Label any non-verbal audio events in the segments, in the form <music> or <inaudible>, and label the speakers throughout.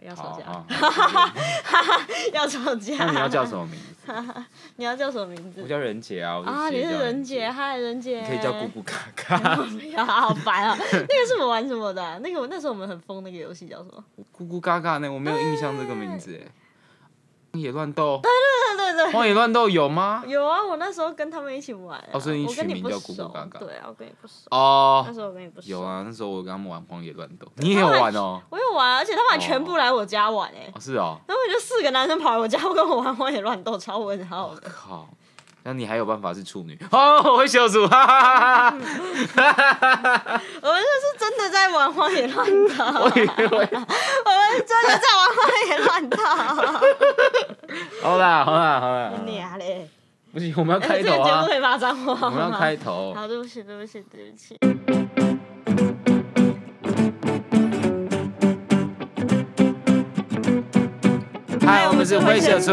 Speaker 1: 要吵
Speaker 2: 好
Speaker 1: 架，
Speaker 2: 啊，
Speaker 1: <laughs> 要吵架。
Speaker 2: 那你要叫什么名字？
Speaker 1: <laughs> 你要叫什么名字
Speaker 2: 我？叫任杰啊，我就
Speaker 1: 啊，
Speaker 2: 直
Speaker 1: 你
Speaker 2: 接
Speaker 1: 是
Speaker 2: 叫
Speaker 1: 仁杰，嗨，仁杰。
Speaker 2: 你可以叫
Speaker 1: <laughs>
Speaker 2: 姑姑嘎嘎。
Speaker 1: 啊，好烦啊！那个是我玩什么的啊、那个我那时候我们很疯那个游戏叫什么？
Speaker 2: 咕咕嘎嘎呢？我没有印象这个名字哎。荒野乱斗，
Speaker 1: 对对对，
Speaker 2: 荒野乱斗有吗？
Speaker 1: 有啊！我那时候跟他们一起玩、啊。
Speaker 2: 哦所以你
Speaker 1: 我跟
Speaker 2: 取
Speaker 1: 你
Speaker 2: 名
Speaker 1: 不
Speaker 2: 叫
Speaker 1: 熟
Speaker 2: 咕咕嘎嘎
Speaker 1: 对啊，我跟你不熟。那
Speaker 2: 哦，
Speaker 1: 时候我跟你不熟。
Speaker 2: 有。啊，那时候我跟他们玩荒野乱斗，你也有玩
Speaker 1: <laughs>
Speaker 2: 哦？
Speaker 1: 我有玩，啊而且他们还全部来我家玩哎、
Speaker 2: 哦，是哦。
Speaker 1: 然后我就四个男生跑来我家跟我玩荒野乱斗，超问号
Speaker 2: 我
Speaker 1: 的。
Speaker 2: 靠！那你还有办法是处女哦？ <laughs> 我会修图，哈哈哈哈哈哈！
Speaker 1: 我们就是真的在玩荒野乱斗，
Speaker 2: 我以为
Speaker 1: 我们是真的在玩荒野乱斗。
Speaker 2: 好啦好啦好啦，好
Speaker 1: 你
Speaker 2: 啦
Speaker 1: 啊嘞！
Speaker 2: 不行，我们要
Speaker 1: 哎
Speaker 2: 开
Speaker 1: 这个
Speaker 2: 头
Speaker 1: 节目
Speaker 2: 啊，
Speaker 1: 可以骂脏话吗？
Speaker 2: 我们要开头。
Speaker 1: 好，对不起，对不起，对不起。
Speaker 2: 嗨，我们是灰色处。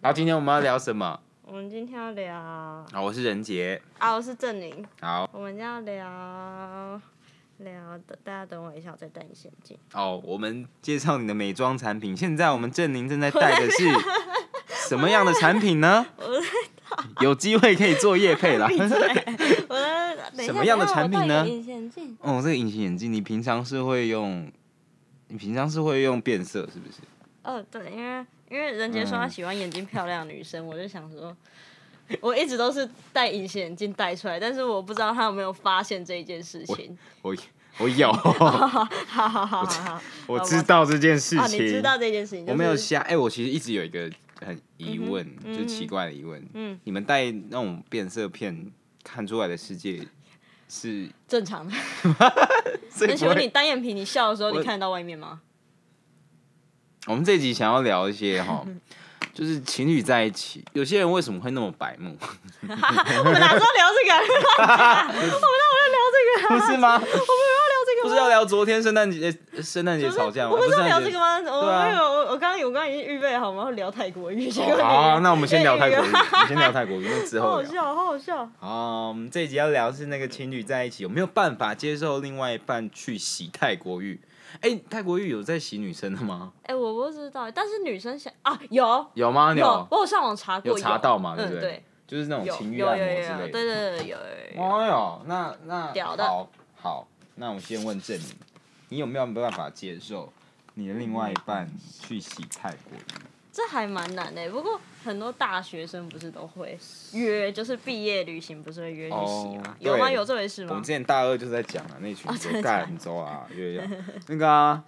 Speaker 2: 然后今天我们要聊什么？
Speaker 1: 我们今天要聊啊，
Speaker 2: 啊，我是任杰。
Speaker 1: 我是郑宁，
Speaker 2: 好
Speaker 1: 我们要聊聊的，大家等我一下，我再戴隐形镜。
Speaker 2: 哦，我们介绍你的美妆产品。现在我们郑宁正在带的是什么样的产品呢？有机会可以做业
Speaker 1: <laughs>
Speaker 2: 配啦。
Speaker 1: 我在等一下
Speaker 2: 什么样的产品呢
Speaker 1: 等一下我戴个隐形镜，
Speaker 2: 哦，这个隐形眼镜，你平常是会用？你平常是会用变色是不是？
Speaker 1: 哦，对，因为因为任杰说他喜欢眼睛漂亮的女
Speaker 2: 嗯
Speaker 1: 生，我就想说。我一直都是戴隐形眼镜戴出来，但是我不知道他有没有发现这一件事情。
Speaker 2: 我
Speaker 1: <laughs>
Speaker 2: 我有，
Speaker 1: 好 <laughs> 好好好好，
Speaker 2: 我知道这件事
Speaker 1: 哦，你
Speaker 2: 情。
Speaker 1: 知道这件事情、就是？
Speaker 2: 我没有瞎。哎、我其实一直有一个很疑问，
Speaker 1: 嗯哼
Speaker 2: 就是奇怪的疑问。
Speaker 1: 嗯
Speaker 2: 你们戴那种变色片看出来的世界是
Speaker 1: 正常的。
Speaker 2: 最
Speaker 1: 那
Speaker 2: 不
Speaker 1: 请问你
Speaker 2: 会？
Speaker 1: 单眼皮，你笑的时候
Speaker 2: 我
Speaker 1: 你看得到外面
Speaker 2: <laughs>
Speaker 1: 吗？
Speaker 2: 我们这集想要聊
Speaker 1: <laughs>
Speaker 2: 一些哈，就是情侣在一起，有些人为什么会那么白
Speaker 1: <laughs>
Speaker 2: 目？
Speaker 1: 我们哪时候聊这个？啊 <laughs>
Speaker 2: <laughs> 不是吗？
Speaker 1: 我们要聊
Speaker 2: 不是
Speaker 1: 这个吗？
Speaker 2: 要聊昨天圣诞节圣诞节吵架吗？
Speaker 1: 我们是要聊
Speaker 2: 不
Speaker 1: 这
Speaker 2: 是
Speaker 1: 个吗？我
Speaker 2: 对啊
Speaker 1: 没有，我我刚刚有我刚刚已经预备好，我们要聊泰国语。结
Speaker 2: 圣
Speaker 1: 果
Speaker 2: 诞节？
Speaker 1: 你
Speaker 2: 哦好、啊，那我们先聊泰国
Speaker 1: 因
Speaker 2: 语，
Speaker 1: 为
Speaker 2: 我们先聊泰国语，那之
Speaker 1: 哎好
Speaker 2: 后
Speaker 1: 好
Speaker 2: 聊。
Speaker 1: 笑，好好笑。
Speaker 2: 哦，我们这一集要聊是那个情侣在一起有没有办法接受另外一半去洗泰国浴？哎、泰国浴有在洗女生的吗？
Speaker 1: 哎，我不知道，但是女生想啊，有
Speaker 2: 有吗？
Speaker 1: 有，我有上网查过，
Speaker 2: 有查到嘛对
Speaker 1: 嗯，
Speaker 2: 不对
Speaker 1: 对，
Speaker 2: 就是那种
Speaker 1: 有
Speaker 2: 情欲
Speaker 1: 有有
Speaker 2: 按
Speaker 1: 有
Speaker 2: 摩
Speaker 1: 有
Speaker 2: 之
Speaker 1: 有，
Speaker 2: 类的。
Speaker 1: 对对对有有有有。
Speaker 2: 哎呦，那那
Speaker 1: 屌的
Speaker 2: 好好，那我先问郑你，你有没有办法接受你的另外一半去洗泰国浴？
Speaker 1: 这还蛮难的，不过很多大学生不是都会约，就是毕业旅行不是会约去洗
Speaker 2: 哦
Speaker 1: 吗？有吗？
Speaker 2: 对
Speaker 1: 有这回事
Speaker 2: 我们
Speaker 1: 吗
Speaker 2: 之？前大二就在讲啊，那群
Speaker 1: 嗯哦真
Speaker 2: 说
Speaker 1: 的假的
Speaker 2: 干走啊，约一下那个啊，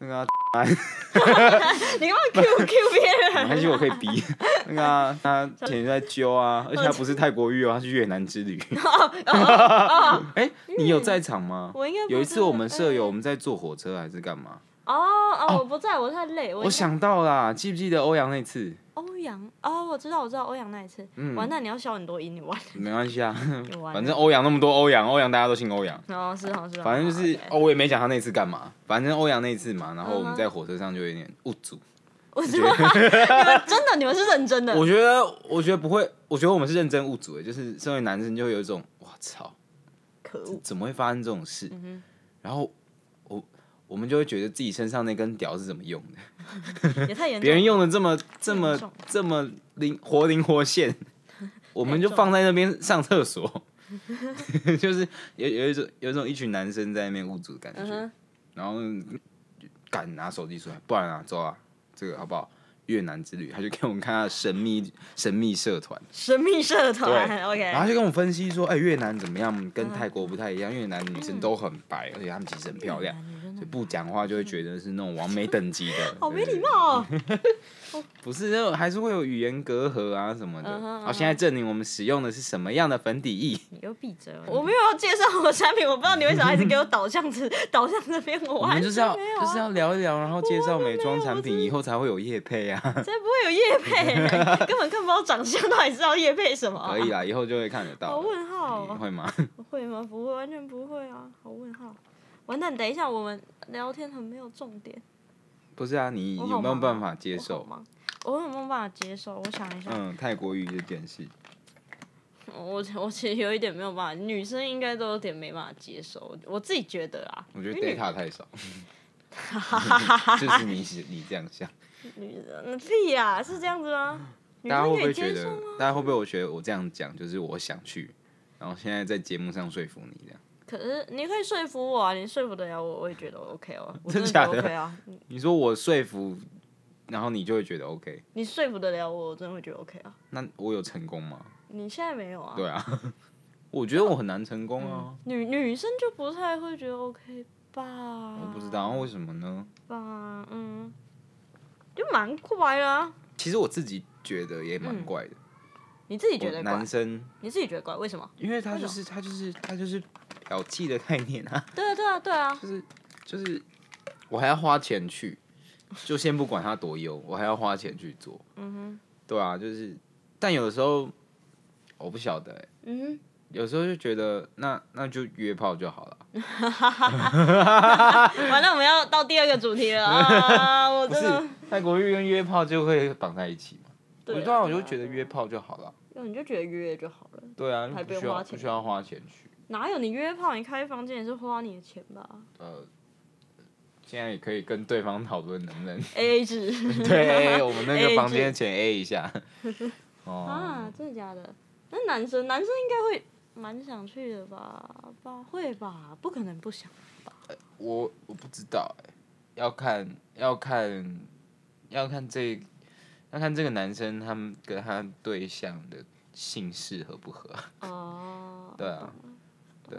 Speaker 2: 那个啊，
Speaker 1: 你干嘛 Q Q 别人？
Speaker 2: 没关系，我可以逼 <laughs> 那个啊，
Speaker 1: <laughs>
Speaker 2: 他前在揪啊，而且他不是泰国浴哦，他是越南之旅。
Speaker 1: 哦
Speaker 2: <laughs> 哎、你有在场吗？
Speaker 1: 我应该不
Speaker 2: 有一
Speaker 1: 知
Speaker 2: 次
Speaker 1: 道
Speaker 2: 我们舍友嗯
Speaker 1: 哎
Speaker 2: 我们在坐火车还是干嘛？
Speaker 1: 哦哦，我不在，我太累。我
Speaker 2: 我想到啦，记不记得欧阳那次？
Speaker 1: 欧阳哦，我知道，我知道欧阳那一次。
Speaker 2: 嗯
Speaker 1: 完蛋，你要消很多音，你完。
Speaker 2: 没关系啊，
Speaker 1: 你完了
Speaker 2: 反正欧阳那么多欧阳，欧阳大家都姓欧阳。
Speaker 1: 哦，是哦，是哦。
Speaker 2: 反正就是
Speaker 1: 好，OK
Speaker 2: 哦，我也没讲他那次干嘛。反正欧阳那次嘛，然后我
Speaker 1: 嗯
Speaker 2: 们
Speaker 1: 哼
Speaker 2: 在火车上就有点误
Speaker 1: <laughs>
Speaker 2: 阻。
Speaker 1: 我知道，你们真的，你们是认真的。
Speaker 2: 我觉得，我觉得不会，我觉得我们是认真误阻的，就是身为男生就会有一种，我操，
Speaker 1: 可恶。
Speaker 2: 怎么会发生这种事？
Speaker 1: 嗯
Speaker 2: 然后我我们就会觉得自己身上那根屌是怎么用的，
Speaker 1: 哼，也太严重。
Speaker 2: 别人用的这么这么
Speaker 1: 严重
Speaker 2: 这么灵活灵
Speaker 1: <laughs>
Speaker 2: 活现，我们就放在那边上厕所， <laughs> 就是有有一种有一种一群男生在那边捂住的感觉，
Speaker 1: 嗯哼，
Speaker 2: 然后就敢拿手机出来，不然啊，走啊，这个好不好？越南之旅，他就给我们看他的神秘神秘社团，
Speaker 1: 神秘社团
Speaker 2: 对然后
Speaker 1: ，OK。
Speaker 2: 就跟我分析说，哎、越南怎么样？跟泰国不太一样，越南女生都很白，而且她们其实很漂
Speaker 1: 哎嗯
Speaker 2: 亮，就不讲话就会觉得是那种完美等级的，
Speaker 1: 好没
Speaker 2: 对
Speaker 1: 礼。貌哦。
Speaker 2: 嗯不是，那种还是会有语言隔阂啊什么的。
Speaker 1: 嗯哼嗯
Speaker 2: 好、
Speaker 1: 哼
Speaker 2: 现在证明我们使用的是什么样的粉底液？
Speaker 1: 你给我闭嘴！我没有要介绍我的产品，我不知道你为什么一直给我导向这导向这边，我
Speaker 2: 我
Speaker 1: 完
Speaker 2: 们就是要
Speaker 1: 全没有啊
Speaker 2: 就是要聊一聊，然后介绍美妆产品，以后才会有业配
Speaker 1: <laughs>
Speaker 2: 啊。
Speaker 1: 才不会有叶配，
Speaker 2: <laughs>
Speaker 1: 根本看不到长相，到底知道叶配什么啊？
Speaker 2: 可以嗯啦，以后就会看得
Speaker 1: 好
Speaker 2: 到了。
Speaker 1: 问号
Speaker 2: 你
Speaker 1: 哦。
Speaker 2: 会吗？
Speaker 1: 会吗？不会，完全不会啊！好问号。完蛋，等一下，我们聊天很没有重点。
Speaker 2: 不是啊，你
Speaker 1: 我
Speaker 2: 有
Speaker 1: 好
Speaker 2: 没有
Speaker 1: 忙啊
Speaker 2: 办法接
Speaker 1: 我好
Speaker 2: 受？
Speaker 1: 忙我有没有办法接受？我想一下，
Speaker 2: 嗯，泰国语这件事，
Speaker 1: 我我其实有一点没有办法，女生应该都有点没办法接受。我自己觉得啦，啊
Speaker 2: 我觉得
Speaker 1: 因为女 <laughs>
Speaker 2: data 太少。就是你你这样想，
Speaker 1: 女人那屁呀、是这样子吗？女
Speaker 2: 大家
Speaker 1: 生
Speaker 2: 会不
Speaker 1: 可以
Speaker 2: 会觉
Speaker 1: 接
Speaker 2: 得
Speaker 1: 受吗？？
Speaker 2: 大家会不会我觉得我这样讲就是我想去，然后现在在节目上说服你这样？
Speaker 1: 可是你可以说服我啊，你说服得了我，我也觉得 OK 哦，我
Speaker 2: 真
Speaker 1: 的
Speaker 2: 假
Speaker 1: 觉得
Speaker 2: 的
Speaker 1: OK 啊，
Speaker 2: 你说我说服，然后你就会觉得 OK，
Speaker 1: 你说服得了我，我真的会觉得 OK 啊。
Speaker 2: 那我有成功吗？
Speaker 1: 你现在没有啊？
Speaker 2: 对啊，我觉得我很难成功啊，
Speaker 1: 女女生就不太会觉得 OK 吧？
Speaker 2: 我不知道啊为什么呢？
Speaker 1: 吧，嗯，就蛮怪啊啦、
Speaker 2: 其实我自己觉得也蛮怪的，
Speaker 1: 嗯你自己
Speaker 2: 我
Speaker 1: 觉得怪
Speaker 2: 男，生，
Speaker 1: 你自己觉得怪，为什么？
Speaker 2: 因为他
Speaker 1: 为什
Speaker 2: 就
Speaker 1: 么
Speaker 2: 是他就是他就是嫖妓的概念啊，
Speaker 1: 对啊，对啊，对啊，
Speaker 2: 就是就是我还要花钱去，就先不管他多优，我还要花钱去做，
Speaker 1: 嗯
Speaker 2: 对啊，就是，但有的时候我不晓得、欸，
Speaker 1: 哼，嗯
Speaker 2: 有时候就觉得那那就约炮就好了，
Speaker 1: 哼，完了，我们要到第二个主题了
Speaker 2: <laughs>
Speaker 1: 啊！我
Speaker 2: 不
Speaker 1: 真
Speaker 2: 是
Speaker 1: 的，
Speaker 2: 泰国浴跟约炮就会绑在一起嘛，我
Speaker 1: 对啊
Speaker 2: 当然我就觉得约，炮就好了，
Speaker 1: 对啊你就觉得约就好了，
Speaker 2: 对啊，
Speaker 1: 还不
Speaker 2: 不
Speaker 1: 用
Speaker 2: 需要
Speaker 1: 花钱
Speaker 2: 不需要花钱去，
Speaker 1: 哪有你约炮？你开房间也是花你的钱吧
Speaker 2: 呃，现在也可以跟对方讨论能不能 <laughs>
Speaker 1: ？A A 制 <laughs>
Speaker 2: 对我们那
Speaker 1: A
Speaker 2: 个
Speaker 1: 一
Speaker 2: 房
Speaker 1: 制
Speaker 2: 间的钱 A 一
Speaker 1: <laughs>
Speaker 2: 下，
Speaker 1: 啊 <laughs>
Speaker 2: 哦，，
Speaker 1: 真的假的？那男生男生应该会蛮想去的吧？吧会吧？不可能不想。
Speaker 2: 我我不知道哎、要看要看要看这要看这个男生他们跟他对象的姓氏合不合， <laughs>
Speaker 1: 哦，
Speaker 2: 对啊
Speaker 1: 懂了，
Speaker 2: 对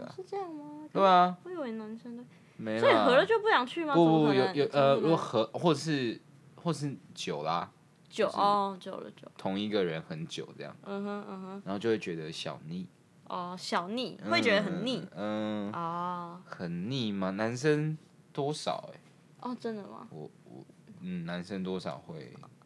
Speaker 1: 懂
Speaker 2: 啊
Speaker 1: 了是这样吗？
Speaker 2: 对啊，
Speaker 1: 我以为男生都，
Speaker 2: 没
Speaker 1: 所以合了
Speaker 2: 啦，
Speaker 1: 就不想去吗？
Speaker 2: 不
Speaker 1: 怎么
Speaker 2: 不
Speaker 1: 可
Speaker 2: 有
Speaker 1: 能
Speaker 2: 有
Speaker 1: 啊怎么
Speaker 2: 呃，
Speaker 1: 可
Speaker 2: 如果
Speaker 1: 能
Speaker 2: 合或是或是久啦，
Speaker 1: 久
Speaker 2: 就是
Speaker 1: 哦，久了久了，
Speaker 2: 同一个人很久这样，
Speaker 1: 嗯哼嗯哼，
Speaker 2: 然后就会觉得小腻，
Speaker 1: 哦，小腻，会觉得很腻
Speaker 2: 嗯，嗯，
Speaker 1: 啊？
Speaker 2: 很腻吗？男生多少哎、
Speaker 1: 哦，真的吗？
Speaker 2: 我我嗯，男生多少会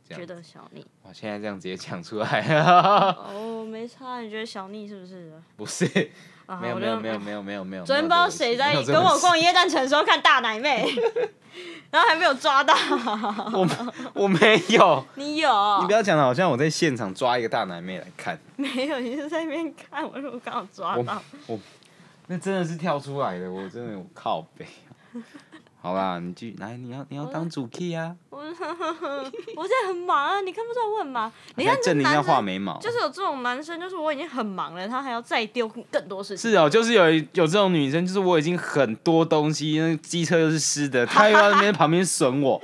Speaker 2: 这样啊
Speaker 1: 觉得小腻
Speaker 2: 哇，现在这样直接讲出来， <laughs>
Speaker 1: 哦，没差，你觉得小腻是不是？
Speaker 2: 不是。
Speaker 1: 啊，
Speaker 2: 没有
Speaker 1: 我
Speaker 2: 没
Speaker 1: 就
Speaker 2: 有没有。没有没有没有。
Speaker 1: 昨天不知道谁在跟我
Speaker 2: <laughs> 逛，
Speaker 1: 逛夜蛋城的时候看大奶
Speaker 2: <laughs>
Speaker 1: 妹，然后还没有抓到，
Speaker 2: 我没有。
Speaker 1: 你有？
Speaker 2: 你不要讲的好像我在现场抓一个大奶妹来看，
Speaker 1: 没有，你是在那边看，我说我刚好抓到
Speaker 2: 我。我那真的是跳出来的，我真的我靠 <laughs> 背。好啦，你去来，你要你要当主 key 啊！
Speaker 1: 我我现在很忙啊，你看不出来我很忙。 <laughs> 你看
Speaker 2: 还
Speaker 1: 这
Speaker 2: 证明
Speaker 1: 男
Speaker 2: 要
Speaker 1: 生
Speaker 2: 画眉毛，
Speaker 1: 就是有这种男生，就是我已经很忙了，他还要再丢更多事情。
Speaker 2: 是哦，就是有有这种女生，就是我已经很多东西，那机车又是湿的，她又要那边旁边
Speaker 1: <laughs>
Speaker 2: 损我，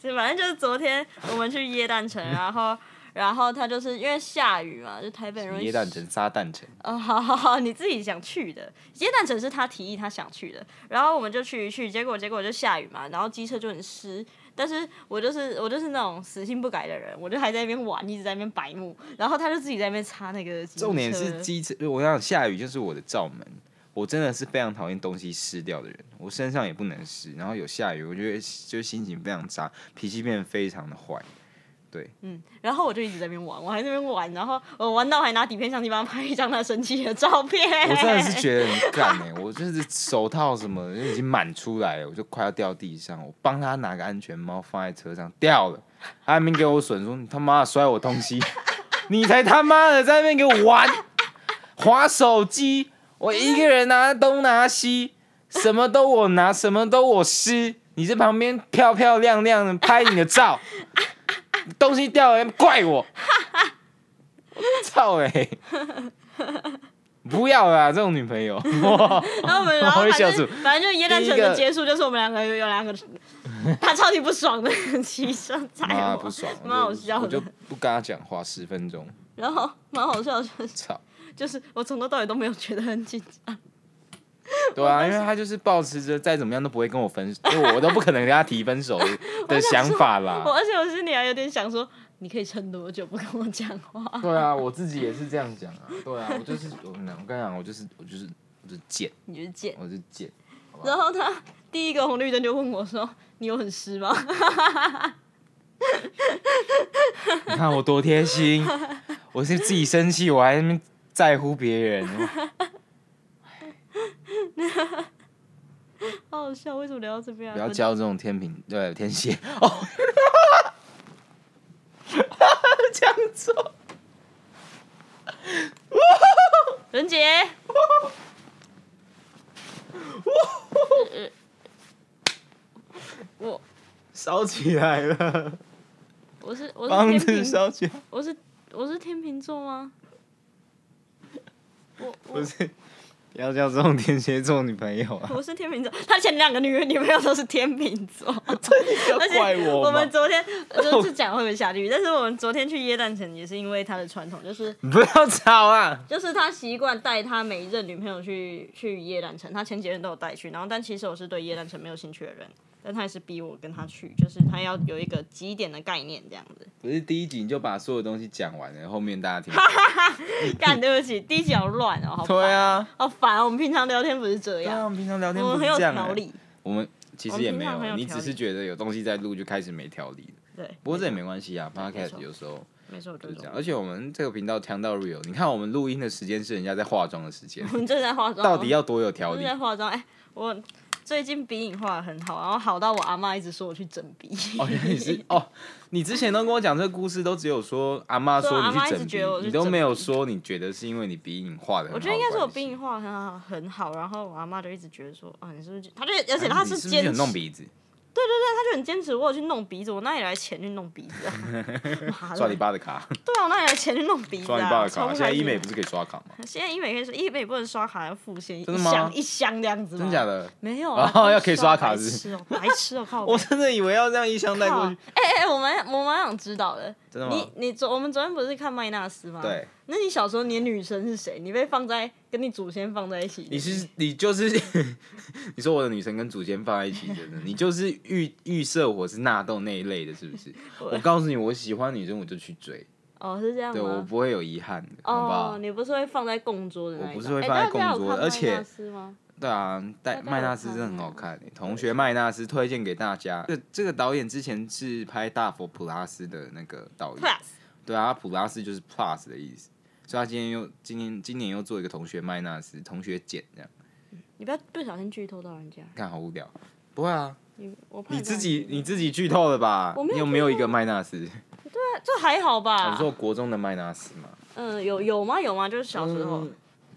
Speaker 1: 是反正就是昨天我们去椰蛋城，然
Speaker 2: <laughs>
Speaker 1: 后然后他就是因为下雨嘛，就台北人容易
Speaker 2: 椰蛋城、撒蛋城，
Speaker 1: 哦，好好好，你自己想去的。椰蛋城是他提议他想去的，然后我们就去一去，结果结果就下雨嘛，然后机车就很湿。但是我就是我就是那种死性不改的人，我就还在那边玩，一直在那边白目，然后他就自己在那边擦那个机车。
Speaker 2: 重点是机车，我想下雨就是我的罩门。我真的是非常讨厌东西湿掉的人，我身上也不能湿，然后有下雨，我觉得就心情非常差，脾气变得非常的坏。
Speaker 1: 嗯，然后我就一直在那边玩，我还在那边玩，然后我玩到还拿底片相机帮他拍一张他生气的照片。
Speaker 2: <laughs> 我真的是觉得很干哎、我就是手套什么的就已经满出来了，我就快要掉地上，我帮他拿个安全帽放在车上掉了，他还没给我损说你他妈的摔我东西， <laughs> 你才他妈的在那边给我玩，划手机，我一个人拿东拿西，什么都我拿，什么都我湿，你在旁边漂漂亮亮的拍你的照，东西掉了怪我， <laughs> 我操哎、不要啦，这种女朋友。
Speaker 1: <laughs> 然后我们，然后
Speaker 2: 我会
Speaker 1: 反
Speaker 2: 笑死
Speaker 1: 正反正就椰蛋城
Speaker 2: 第一
Speaker 1: 的
Speaker 2: 个
Speaker 1: 结束，就是我们两个有有两
Speaker 2: <laughs>
Speaker 1: 个，他超级不爽的骑上踩
Speaker 2: 妈
Speaker 1: 我，
Speaker 2: 不爽，我就
Speaker 1: 哎蛮好笑
Speaker 2: 我就
Speaker 1: 的。
Speaker 2: 不跟他讲话十分钟，
Speaker 1: 然后蛮好笑的，就是 <laughs>
Speaker 2: 操，
Speaker 1: 就是我从头到尾都没有觉得很紧张，
Speaker 2: 对啊，因为他就是抱持着再怎么样都不会跟我分，因为我都不可能跟他提
Speaker 1: <laughs>
Speaker 2: 分手的的想法
Speaker 1: 我
Speaker 2: 啦。
Speaker 1: 而且我心里还有点想说，你可以撑多久不跟我讲话？
Speaker 2: 对啊，我自己也是这样讲啊，对啊，我就是我跟你讲，我跟你讲，我就是我就是我就是贱，
Speaker 1: 你就是贱。
Speaker 2: 我是贱，
Speaker 1: 然后他第一个红绿灯就问我说：“你有很湿吗 <laughs>
Speaker 2: 你看我多
Speaker 1: <laughs>
Speaker 2: 贴心，我是自己生气，我还在那边在乎别人，我？”
Speaker 1: 好好笑，为什么聊到这边啊？
Speaker 2: 不要
Speaker 1: 我
Speaker 2: 交这种天平，对天蝎哦， <laughs> 讲错，
Speaker 1: 任杰， <laughs> 我
Speaker 2: 烧起来了，
Speaker 1: 我是我是
Speaker 2: 房
Speaker 1: 天
Speaker 2: 子
Speaker 1: 平，
Speaker 2: 烧起来，
Speaker 1: 我是我是天秤座吗？我
Speaker 2: 不
Speaker 1: 我
Speaker 2: 是。不要叫这种天蝎座女朋友 <laughs> 啊！
Speaker 1: 我是天秤座，他前两个女女朋友都是天秤座，
Speaker 2: 要
Speaker 1: 而且
Speaker 2: 怪我
Speaker 1: 我
Speaker 2: 吗
Speaker 1: 们昨天
Speaker 2: <laughs>
Speaker 1: 就是讲会不会下地狱，但是我们昨天去耶诞城也是因为他的传统，就是
Speaker 2: 不要吵啊！
Speaker 1: 就是他习惯带他每一任女朋友去去耶诞城，他前几任都有带去，然后但其实我是对耶诞城没有兴趣的人，但他也是逼我跟他去，就是他要有一个极点的概念这样子。
Speaker 2: 不是第一集你就把所有东西讲完了，后面大家听。
Speaker 1: 干，对不起，第一集好乱哦，好烦
Speaker 2: 哎对，啊，
Speaker 1: 好烦哦，我们平常聊天不是这
Speaker 2: 对啊，我
Speaker 1: 样，
Speaker 2: 们平常聊天
Speaker 1: 我
Speaker 2: 不
Speaker 1: 们很
Speaker 2: 是
Speaker 1: 有
Speaker 2: 这样、
Speaker 1: 条
Speaker 2: 欸。
Speaker 1: 理，
Speaker 2: 我们其实也没
Speaker 1: 我们平常很有
Speaker 2: 你
Speaker 1: 条
Speaker 2: 只
Speaker 1: 理
Speaker 2: 是觉得有东西在录，就开始没条理了。
Speaker 1: 对，
Speaker 2: 不过这也没关系啊
Speaker 1: 没
Speaker 2: ，Podcast
Speaker 1: 错
Speaker 2: 有时候
Speaker 1: 没错，就
Speaker 2: 就是是这
Speaker 1: 这
Speaker 2: 样。
Speaker 1: 样。
Speaker 2: 而且我们这个频道强到 real，你看我们录音的时间是人家在化妆的时
Speaker 1: <laughs>
Speaker 2: 间
Speaker 1: 我，们正在化妆，
Speaker 2: 到底要多有条
Speaker 1: 正
Speaker 2: 理？
Speaker 1: 在化妆，哎、我。最近鼻影画的很好，然后好到我阿妈一直说我去整鼻。
Speaker 2: 哦，原来你
Speaker 1: <laughs>
Speaker 2: 是哦，你之前都跟我讲这个故事，都只有说阿妈
Speaker 1: 对
Speaker 2: 说
Speaker 1: 阿
Speaker 2: 你
Speaker 1: 嬷
Speaker 2: 去
Speaker 1: 一直
Speaker 2: 整
Speaker 1: 觉得我
Speaker 2: 鼻，
Speaker 1: 是
Speaker 2: 你都
Speaker 1: 整
Speaker 2: 没有
Speaker 1: 鼻
Speaker 2: 说你觉得是因为你鼻影画的。
Speaker 1: 我觉得应该是我鼻影画得很好很好，然后我阿妈就一直觉得说，啊，你是不是？她就而且她
Speaker 2: 你是不
Speaker 1: 坚
Speaker 2: 有
Speaker 1: 持，
Speaker 2: 弄鼻子，
Speaker 1: 她就很坚持，我有去弄鼻子，我哪里来钱去弄鼻子
Speaker 2: <laughs>
Speaker 1: 啊？妈
Speaker 2: 刷
Speaker 1: 的
Speaker 2: 你！爸
Speaker 1: <laughs>
Speaker 2: 的卡，
Speaker 1: 对啊，我哪里来钱去弄鼻子
Speaker 2: 刷
Speaker 1: 啊？
Speaker 2: 你爸的
Speaker 1: 超
Speaker 2: 卡。
Speaker 1: 不
Speaker 2: 现在
Speaker 1: 开
Speaker 2: 医
Speaker 1: 心
Speaker 2: 美
Speaker 1: 的
Speaker 2: 不是可以刷卡吗？
Speaker 1: 现在医美可以说医美不能刷卡，要付现一
Speaker 2: 真的吗
Speaker 1: 箱一箱这样子吗？
Speaker 2: 真假？的？
Speaker 1: 没有啊，
Speaker 2: 哦要可以刷卡
Speaker 1: 白
Speaker 2: 是不是
Speaker 1: 痴哦，白痴哦，靠北！
Speaker 2: <laughs> 我真的以为要这样一箱带过去
Speaker 1: 靠。哎哎、我蛮我蛮想知道的。
Speaker 2: 真的吗
Speaker 1: 你你昨我们昨天不是看麦纳斯吗？
Speaker 2: 对。
Speaker 1: 那你小时候你的女神是谁？你被放在跟你祖先放在一起？
Speaker 2: 你是你就是 <laughs> 你说我的女神跟祖先放在一起
Speaker 1: <laughs>
Speaker 2: 真的，你就是预预设我是纳豆那一类的，是
Speaker 1: <laughs>
Speaker 2: 不是？
Speaker 1: 我
Speaker 2: 我告诉你，我喜欢女生我就去追，
Speaker 1: 哦，是这样
Speaker 2: 对我
Speaker 1: 吗？
Speaker 2: 不会有遗憾的，好不
Speaker 1: 哦
Speaker 2: 好，？
Speaker 1: 你不是会放在供桌的那一
Speaker 2: 我不
Speaker 1: 种
Speaker 2: 是会
Speaker 1: 哎
Speaker 2: 放在
Speaker 1: 大家有
Speaker 2: 供桌
Speaker 1: 看
Speaker 2: 而
Speaker 1: 麦
Speaker 2: 且
Speaker 1: 纳斯
Speaker 2: <laughs>
Speaker 1: 吗
Speaker 2: 对啊，戴
Speaker 1: 大家
Speaker 2: 麦纳
Speaker 1: 有
Speaker 2: 斯
Speaker 1: 看啊
Speaker 2: 真的很
Speaker 1: 吗
Speaker 2: 好看欸，同学麦纳斯推荐给大家。这这个导演之前是拍《大佛普拉斯》的那个导演，
Speaker 1: Plus
Speaker 2: 对啊，普拉斯就是 plus 的意思，所以他今天又今天今年又做一个同学麦纳斯同学简这样，
Speaker 1: 你不要不小心剧透到人家，
Speaker 2: 看好无聊。不会啊，
Speaker 1: 你我怕
Speaker 2: 你
Speaker 1: 这样
Speaker 2: 自己
Speaker 1: 子
Speaker 2: 你自己剧透了吧？
Speaker 1: 我没有啊
Speaker 2: 你有没有一个麦纳斯？
Speaker 1: 这还好
Speaker 2: 我
Speaker 1: 吧？
Speaker 2: 啊说国中的麦纳斯嘛。
Speaker 1: 嗯，有有吗？有吗？就是小时候、
Speaker 2: 嗯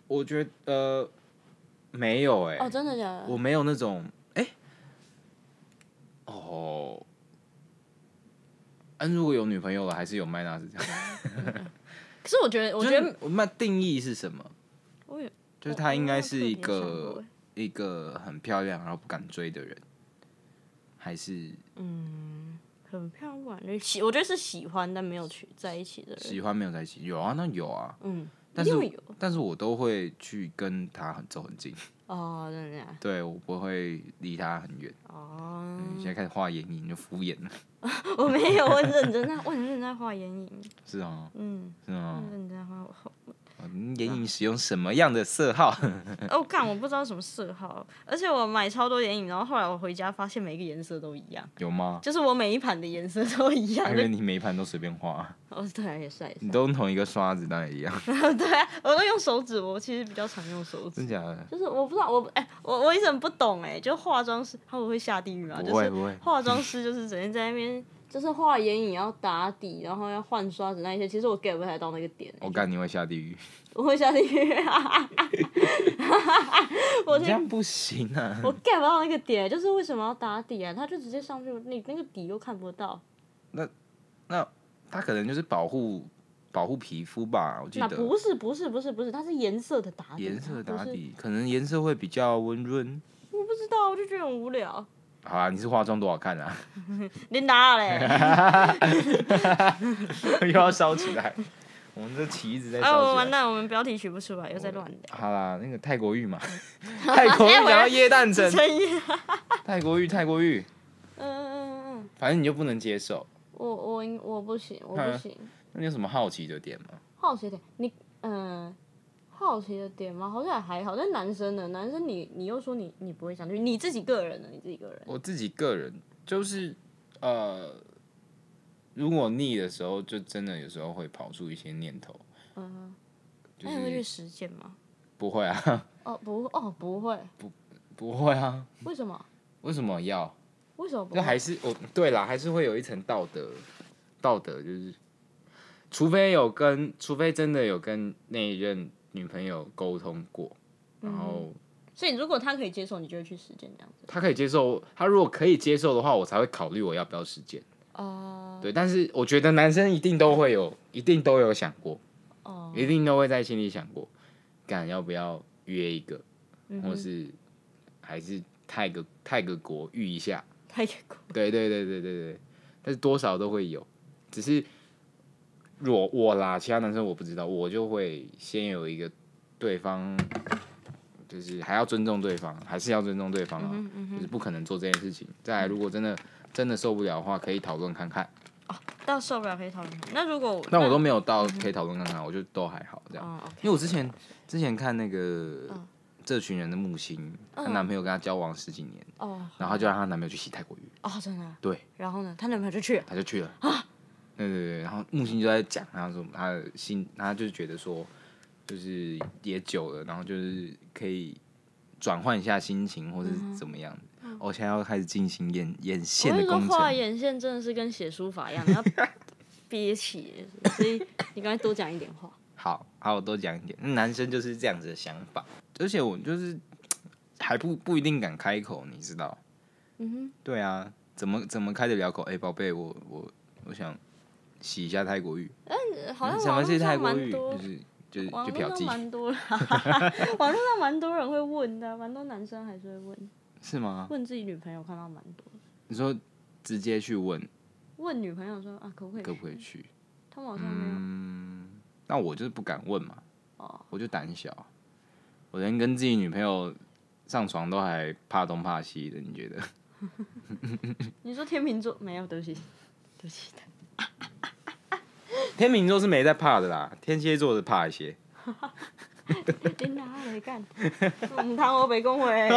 Speaker 2: 我觉得、呃、没有哎、
Speaker 1: 哦，真的假的？
Speaker 2: 我没有那种哎、哦，嗯，如果有女朋友了，还是有麦纳斯这样。
Speaker 1: 可是我觉得，我
Speaker 2: 我
Speaker 1: 觉得
Speaker 2: 我们定义是什么？
Speaker 1: 我有，
Speaker 2: 就是他应该
Speaker 1: 我
Speaker 2: 是一
Speaker 1: 我好像特别想过
Speaker 2: 个
Speaker 1: 哎
Speaker 2: 一个很漂亮然后不敢追的人，还是
Speaker 1: 嗯，很漂亮，就是喜，我觉得是喜欢但没有去在一起的人，
Speaker 2: 喜欢没有在一起？有啊，那有啊，
Speaker 1: 嗯，一
Speaker 2: 但是
Speaker 1: 定会有
Speaker 2: 但是我都会去跟他很走很近，
Speaker 1: 哦，真的假的
Speaker 2: 对我不会离他很远。
Speaker 1: 哦，
Speaker 2: 嗯，现在开始画眼影就敷衍了，
Speaker 1: 我没有，我很认真在， <laughs> 我很认真在画眼影，
Speaker 2: 是啊，
Speaker 1: 嗯，
Speaker 2: 是啊
Speaker 1: 很，认真在画，我好
Speaker 2: 嗯眼影使用什么样的色号？ <laughs>
Speaker 1: 哦，干，我不知道什么色号，而且我买超多眼影，然后后来我回家发现每一个颜色都一样，
Speaker 2: 有吗？
Speaker 1: 就是我每一盘的颜色都一样
Speaker 2: 因。为你每一盘都随便画，
Speaker 1: <laughs> 哦，对啊，也是啊也是
Speaker 2: 你都用同一个刷子，当然一样。
Speaker 1: 啊， <laughs> 对啊，我都用手指，我其实比较常用手指。
Speaker 2: 真假的？
Speaker 1: 就是我不知道，我哎、我我一直很不懂哎、就化妆师他们会下地狱吗？
Speaker 2: 不
Speaker 1: 就
Speaker 2: 会
Speaker 1: 是
Speaker 2: 不会
Speaker 1: 化妆师就是整天在那边， <laughs> 就是画眼影要打底，然后要换刷子那一些，其实我 get 不太到那个点、
Speaker 2: 我干，你会下地狱。
Speaker 1: 我会下地狱、 <laughs> 我
Speaker 2: 你
Speaker 1: 是
Speaker 2: 这样不行啊！
Speaker 1: 我 get 不到那个点，就是为什么要打底啊？他就直接上去，你那个底又看不到，
Speaker 2: 那他可能就是保护保护皮肤吧，我记
Speaker 1: 那
Speaker 2: 得
Speaker 1: 不是不是不是不是，它是颜色的打底，
Speaker 2: 颜色打
Speaker 1: 它不是，
Speaker 2: 底，可能颜色会比较温润。
Speaker 1: 我不知道，我就觉得很无聊。
Speaker 2: 好啊，你是化妆多好看啊！ <laughs>
Speaker 1: 你哪嘞？
Speaker 2: 又要烧起来，我们这旗一直在
Speaker 1: 哎，我
Speaker 2: 烧
Speaker 1: 完
Speaker 2: 起来。
Speaker 1: 蛋，我们标题取不出来，又在乱聊。
Speaker 2: 好啦，那个泰国浴嘛，
Speaker 1: <laughs>
Speaker 2: 泰国
Speaker 1: 哎
Speaker 2: 浴讲到椰蛋城，
Speaker 1: 真耶
Speaker 2: 泰国浴泰国浴，
Speaker 1: 嗯嗯嗯嗯，
Speaker 2: 反正你就不能接受。
Speaker 1: 我我应我不行，我
Speaker 2: 哎
Speaker 1: 不行。
Speaker 2: 那你有什么好奇的点吗？
Speaker 1: 好奇的点，你嗯、好奇的点吗？好像还好，但男生呢？男生你你又说你你不会想去，你自己个人的，你自己个人。
Speaker 2: 我自己个人就是呃，如果腻的时候，就真的有时候会跑出一些念头，
Speaker 1: 嗯，
Speaker 2: 就
Speaker 1: 那你会去
Speaker 2: 是
Speaker 1: 实践吗？
Speaker 2: 不会啊， <laughs>
Speaker 1: 哦不哦不会，
Speaker 2: 不会啊，
Speaker 1: 为什么？
Speaker 2: 为什么要？
Speaker 1: 为什么不
Speaker 2: 那还
Speaker 1: 会？
Speaker 2: 是我对啦，还是会有一层道德，道德就是，除非有
Speaker 1: 嗯
Speaker 2: 跟，除非真的有跟那一任女朋友沟通过，然后
Speaker 1: 所以如果他可以接受，你就会去实践这样子。
Speaker 2: 他可以接受，他如果可以接受的话，我才会考虑我要不要实践。
Speaker 1: 哦
Speaker 2: 对，但是我觉得男生一定都会有，一定都有想过，
Speaker 1: 哦，
Speaker 2: 一定都会在心里想过，干要不要约一个，
Speaker 1: 嗯
Speaker 2: 或
Speaker 1: 哼，
Speaker 2: 是还是泰个泰个国遇一下。
Speaker 1: 他也过
Speaker 2: 对对对对对对，但是多少都会有，只是我我啦，其他男生我不知道，我就会先有一个对方，就是还要尊重对方，还是要尊重对方啊，
Speaker 1: 嗯嗯
Speaker 2: 就是不可能做这件事情。再来，如果真的真的受不了的话，可以讨论看看。
Speaker 1: 嗯到受不了可以讨论。那如果
Speaker 2: 但我都没有到可以讨论看看，我就都还好这样。
Speaker 1: 哦，OK，
Speaker 2: 因为我之前之前看那个
Speaker 1: 嗯
Speaker 2: 这群人的木星，她
Speaker 1: 嗯
Speaker 2: 男朋友跟她交往十几年，
Speaker 1: 哦
Speaker 2: 然后她就让她男朋友去洗泰国浴，
Speaker 1: 哦，真的啊。
Speaker 2: 对。
Speaker 1: 然后呢，她男朋友就去了。
Speaker 2: 他就去了啊。对对对，然后木星就在讲，他说他的心，他就是觉得说，就是也久了，然后就是可以转换一下心情，或是怎么样的。我、现在要开始进行眼眼线
Speaker 1: 嗯我跟
Speaker 2: 的
Speaker 1: 你说，
Speaker 2: 工
Speaker 1: 画
Speaker 2: 程。
Speaker 1: 眼线真的是跟写书法一样，你要憋气，所
Speaker 2: <laughs>
Speaker 1: 以你刚才多讲一点话。
Speaker 2: 好，好，我多讲一点。男生就是这样子的想法，而且我就是还不不一定敢开口，你知道？
Speaker 1: 嗯
Speaker 2: 对啊，怎么怎么开得了口？哎、宝贝，我我我想洗一下泰国浴，
Speaker 1: 哼，呃好像
Speaker 2: 想
Speaker 1: 网
Speaker 2: 要
Speaker 1: 络
Speaker 2: 去泰
Speaker 1: 上
Speaker 2: 国
Speaker 1: 蛮
Speaker 2: 浴，
Speaker 1: 多
Speaker 2: 就，是就是
Speaker 1: 网
Speaker 2: 就
Speaker 1: 络
Speaker 2: 嫖
Speaker 1: 上
Speaker 2: 妓。
Speaker 1: 蛮
Speaker 2: <laughs>
Speaker 1: 多，网络上蛮多人会问的，蛮多男生还是会问，
Speaker 2: 是吗？
Speaker 1: 问自己女朋友看到蛮多，
Speaker 2: 你说直接去问
Speaker 1: 问女朋友说啊可不可以？
Speaker 2: 可不可嗯以去？
Speaker 1: 他们好像没有。
Speaker 2: 那我就是不敢问嘛，
Speaker 1: 哦
Speaker 2: 我就胆小啊，我连跟自己女朋友上床都还怕东怕西的，你觉得？ <laughs>
Speaker 1: 你说天秤座没有，对 <laughs> 不起，对不起。
Speaker 2: 天秤座是没在怕的啦，天蝎座是怕一些。
Speaker 1: 你哪里
Speaker 2: <laughs>
Speaker 1: 干？唔通我被恭维，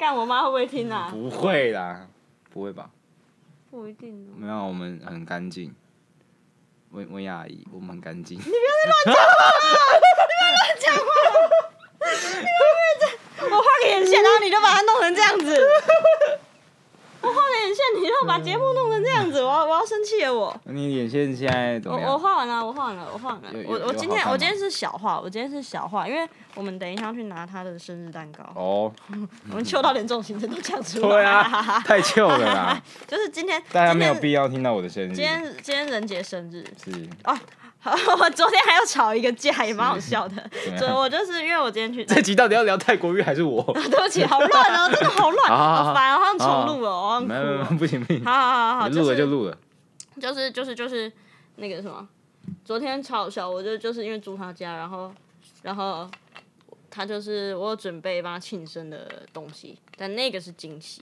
Speaker 1: 干我妈会不会听啊？
Speaker 2: 不会啦，不会吧？
Speaker 1: 不一定哦。
Speaker 2: 没有，我们很干净。温温雅怡，我们很干
Speaker 1: <laughs>
Speaker 2: 净。
Speaker 1: 我画个眼线，然后你就把它弄成这样子。
Speaker 2: <laughs>
Speaker 1: 我画个眼线，你就把节目弄成这样子，我要我要生气了我。
Speaker 2: 你眼线现在怎
Speaker 1: 我
Speaker 2: 么
Speaker 1: 我
Speaker 2: 样？
Speaker 1: 画完了，我画完了，我画完了
Speaker 2: 有。有
Speaker 1: 我
Speaker 2: 有
Speaker 1: 我今
Speaker 2: 好
Speaker 1: 天
Speaker 2: 看吗
Speaker 1: 我今天是小画，我今天是小画，因为我们等一下要去拿他的生日蛋糕，
Speaker 2: 哦，
Speaker 1: 我们秋到连这种行程都讲出来。<laughs>
Speaker 2: 对啊，太旧了啦，
Speaker 1: 就是今天，
Speaker 2: 大家
Speaker 1: 今
Speaker 2: 没有
Speaker 1: 天
Speaker 2: 必要听到我的生日。
Speaker 1: 今天今天人杰生日， <laughs>
Speaker 2: 是
Speaker 1: 我昨天还要吵一个架，也蛮好笑的。
Speaker 2: 么样
Speaker 1: 所以我就是因为我今天去， <laughs>
Speaker 2: 这集到底要聊泰国浴还是我？
Speaker 1: 对不起，好乱哦，真的好乱，
Speaker 2: 好好好
Speaker 1: 好烦哦，好想
Speaker 2: 好
Speaker 1: 重录哦，好想哭
Speaker 2: 没有没有
Speaker 1: 哦。
Speaker 2: 没有，不行不行，
Speaker 1: 好好好好，
Speaker 2: 录
Speaker 1: 就
Speaker 2: 了就是录了。
Speaker 1: 就是就是就是那个什么，昨天超好笑，我就就是因为住他家，然后然后他就是我有准备帮他庆生的东西，但那个是惊喜，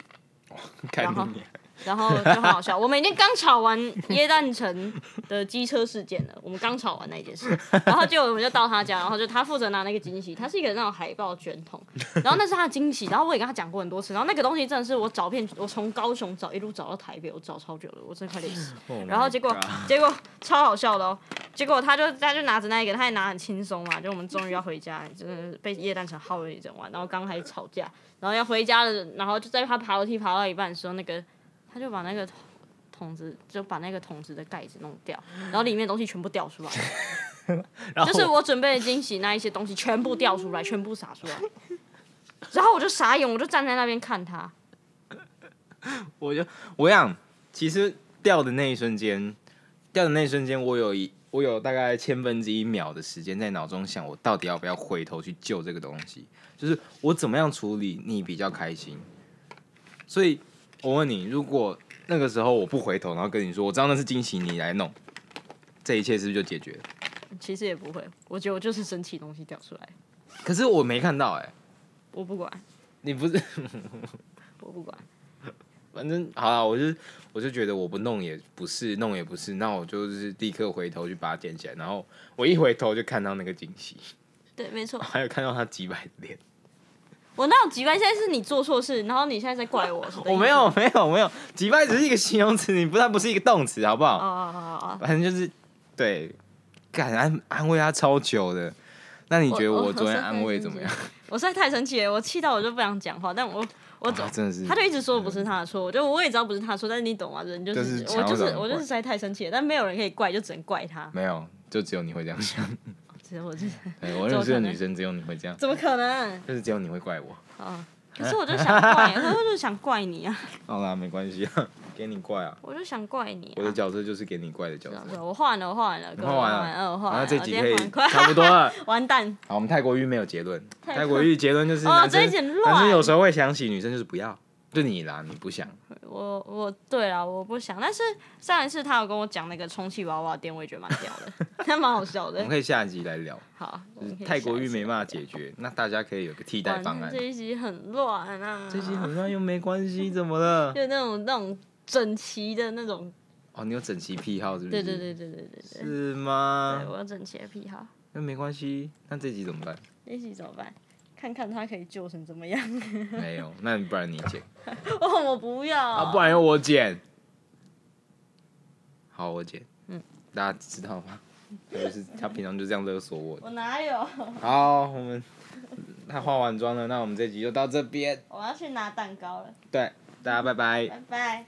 Speaker 2: 看
Speaker 1: 然后
Speaker 2: 你
Speaker 1: 然后就很好笑。我们已经刚吵完耶诞城的机车事件了，我们刚吵完那件事，然后结果我们就到他家，然后就他负责拿那个惊喜，他是一个那种海报卷筒，然后那是他的惊喜，然后我也跟他讲过很多次，然后那个东西真的是我找遍，我从高雄找一路找到台北，我找超久了，我真的快累死。然
Speaker 2: 嗯
Speaker 1: 后结果
Speaker 2: Oh
Speaker 1: <laughs>
Speaker 2: 啊
Speaker 1: 结果超好笑的哦，结果他就他就拿着那一个，他也拿很轻松啊嘛，就我们终于要回家，真的是被夜蛋城耗了一整晚，然后刚还吵架，然后要回家的，然后就在他爬楼梯爬到一半的时候，那个他就把那个桶桶子就把那个桶子的盖子弄掉，然后里面的东西全部掉出来，
Speaker 2: <laughs> 然后
Speaker 1: 就是我准备的惊喜那一些东西全部掉出来，全部洒出来，然后我就傻眼，我就站在那边看他，
Speaker 2: 我就我想，其实掉的那一瞬间，掉的那一瞬间，我有一我有大概千分之一秒的时间在脑中想，我到底要不要回头去救这个东西？就是我怎么样处理你比较开心？所以我问你，如果那个时候我不回头，然后跟你说我知道那是惊喜，你来弄，这一切是不是就解决了？
Speaker 1: 其实也不会，我觉得我就是生气东西掉出来，
Speaker 2: 可是我没看到哎、
Speaker 1: 我不管，
Speaker 2: 你不是
Speaker 1: 我不管。
Speaker 2: 反正好了，我就我就觉得我不弄也不是，弄也不是，那我就是立刻回头去把它捡起来，然后我一回头就看到那个惊喜， <laughs>
Speaker 1: 对，没错，
Speaker 2: 还有看到他几百
Speaker 1: <laughs>
Speaker 2: 脸，
Speaker 1: 我那有几掰，现在是你做错事，然后你现在在怪我。哎是的
Speaker 2: 我没有 <laughs> 没有没有，几百只是一个形容词，你不它不是一个动词，好不
Speaker 1: 哦
Speaker 2: 好？
Speaker 1: 哦哦哦哦，
Speaker 2: 反正就是对，敢安安慰他超久的。那你觉得
Speaker 1: 我我
Speaker 2: 我昨
Speaker 1: 我
Speaker 2: 天
Speaker 1: 是
Speaker 2: 安慰怎么样？
Speaker 1: 我实在太生气了，我气到我就不想讲话，但我 <laughs> 我走
Speaker 2: 哇， <laughs> 真的啊是，
Speaker 1: 他就一直说不是他的错，我就我也知道不是他的错，但是你懂吗？人就是
Speaker 2: 就是想
Speaker 1: 我
Speaker 2: 要
Speaker 1: 就是
Speaker 2: 找人
Speaker 1: 我就是
Speaker 2: 怪
Speaker 1: 实在太生气了，但没有人可以怪，就只能怪他。
Speaker 2: 没有，就只有你会这样想。
Speaker 1: 只我就是
Speaker 2: 对我认识
Speaker 1: <laughs>
Speaker 2: 的女生只有你会这样，
Speaker 1: 怎么可能？
Speaker 2: 就是只有你会怪我。
Speaker 1: 啊！可是我就想怪，可是我就想怪你啊！
Speaker 2: 好啦，没关系啊，给你怪啊。
Speaker 1: 我就想怪你、啊。
Speaker 2: 我的角色就是给你怪的角
Speaker 1: 是啊
Speaker 2: 色。
Speaker 1: 我换了，我换了，各位
Speaker 2: 换完了
Speaker 1: 了，我换了。
Speaker 2: 然后
Speaker 1: 我
Speaker 2: 这
Speaker 1: 今
Speaker 2: 集
Speaker 1: 天
Speaker 2: 可以
Speaker 1: 换快
Speaker 2: 差不多
Speaker 1: <laughs>
Speaker 2: 了。
Speaker 1: 完蛋，
Speaker 2: 好，我们泰国浴没有结
Speaker 1: <laughs>
Speaker 2: 论，
Speaker 1: 泰
Speaker 2: 泰国浴结论就是
Speaker 1: 哦
Speaker 2: 男生
Speaker 1: 这一集很乱
Speaker 2: 男生有时候会想起，女生就是不要。就你啦，你不想，
Speaker 1: 我我对了，我不想。但是上一次他有跟我讲那个充气娃娃店，我也觉得蛮屌的， <laughs> 还蛮好笑
Speaker 2: 我们
Speaker 1: 的。
Speaker 2: 可以下一集来聊。
Speaker 1: 好，我
Speaker 2: 就
Speaker 1: 们可
Speaker 2: 是
Speaker 1: 以
Speaker 2: 泰国
Speaker 1: 下一
Speaker 2: 浴
Speaker 1: 次
Speaker 2: 没办法解决，那大家可以有个替代
Speaker 1: 完
Speaker 2: 方
Speaker 1: 蛋
Speaker 2: 案
Speaker 1: 这。一集很乱啊，
Speaker 2: 这集很乱又没关系，怎么了？
Speaker 1: 就那种那种整齐的那种，
Speaker 2: 哦，你有整齐癖好是不
Speaker 1: 对
Speaker 2: 是？
Speaker 1: 对对对对对对，
Speaker 2: 是啊
Speaker 1: 对
Speaker 2: 吗？
Speaker 1: 我有整齐的癖好。
Speaker 2: 那没关系，那这集怎么办？
Speaker 1: 一起怎么办？看看他可以救成怎么样？ <laughs>
Speaker 2: 没有，那不然你剪
Speaker 1: 哦，我不要
Speaker 2: 啊，不然由我剪。好，我剪。嗯，大家知道吗？他就是他平常就这样勒索我。
Speaker 1: 我哪有？
Speaker 2: 好，我们他化完妆了，那我们这集就到这边。
Speaker 1: 我要去拿蛋糕了，
Speaker 2: 对，大家拜拜。
Speaker 1: 拜拜。